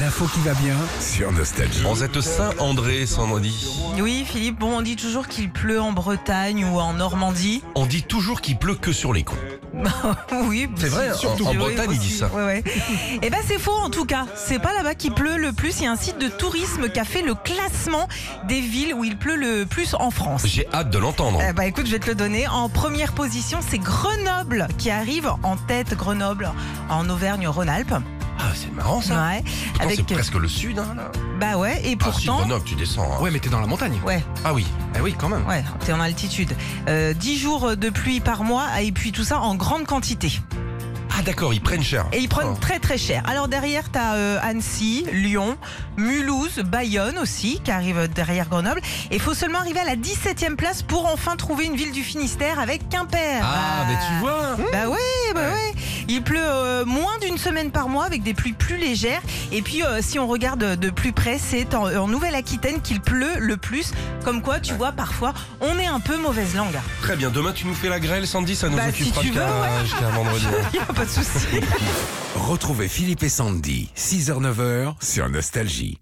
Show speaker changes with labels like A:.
A: L'info qui va bien.
B: sur Nostalgie.
C: Rosette Saint-André, Sandy.
D: Oui, Philippe, bon, on dit toujours qu'il pleut en Bretagne ou en Normandie.
C: On dit toujours qu'il pleut que sur les cons.
D: oui,
C: C'est vrai,
D: surtout.
C: en- en
D: Oui,
C: Bretagne, ils
D: aussi.
C: disent ça.
D: Ouais, ouais. Eh ben, c'est faux en tout cas. C'est pas là-bas qu'il pleut le plus. Il y a un site de tourisme qui a fait le classement des villes où il pleut le plus en France.
C: J'ai hâte de l'entendre.
D: Eh ben, écoute, je vais te le donner. En première position, c'est Grenoble qui arrive en tête. Grenoble en Auvergne-Rône-Alpes.
C: Ah, c'est marrant ça.
D: Ouais.
C: Pourtant, c'est presque le sud. Hein, là.
D: bah ouais. Et
C: Ah, si,
D: pourtant,
C: Grenoble, tu descends. hein.
A: Ouais, mais t'es dans la montagne.
D: ouais.
C: Ah oui.
A: Eh oui, quand même.
D: Ouais, t'es en altitude. Euh, 10 jours de pluie par mois et puis tout ça en grande quantité.
C: Ah d'accord, ils prennent cher.
D: Et ils prennent
C: Oh.
D: très très cher. Alors derrière, t'as euh, Annecy, Lyon, Mulhouse, Bayonne aussi, qui arrive derrière Grenoble. Et il faut seulement arriver à la 17e place pour enfin trouver une ville du Finistère avec Quimper.
C: Ah, mais tu vois.
D: Bah ouais, bah ouais. Il pleut euh, moins d'une semaine par mois avec des pluies plus légères. Et puis, euh, si on regarde euh, de plus près, c'est en, en Nouvelle-Aquitaine qu'il pleut le plus. Comme quoi, tu vois, parfois, on est un peu mauvaise langue.
C: Très bien, demain tu nous fais la grêle, Sandy, ça nous
D: Bah, si
C: occupera
D: tu
C: jusqu'à
D: veux,
C: jusqu'à vendredi. hein.
D: Il n'y a pas de souci.
B: Retrouvez Philippe et Sandy, 6h-9h sur Nostalgie.